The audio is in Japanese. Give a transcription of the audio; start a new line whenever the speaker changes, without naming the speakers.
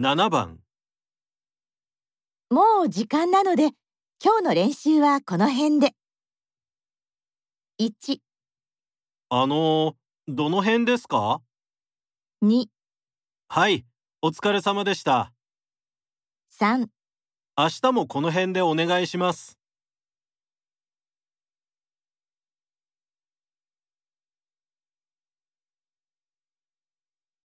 7番
もう時間なので、今日の練習はこの辺で。1、
あのーどの辺ですか
2、
はい、お疲れ様でした。
3
明日もこの辺でお願いします。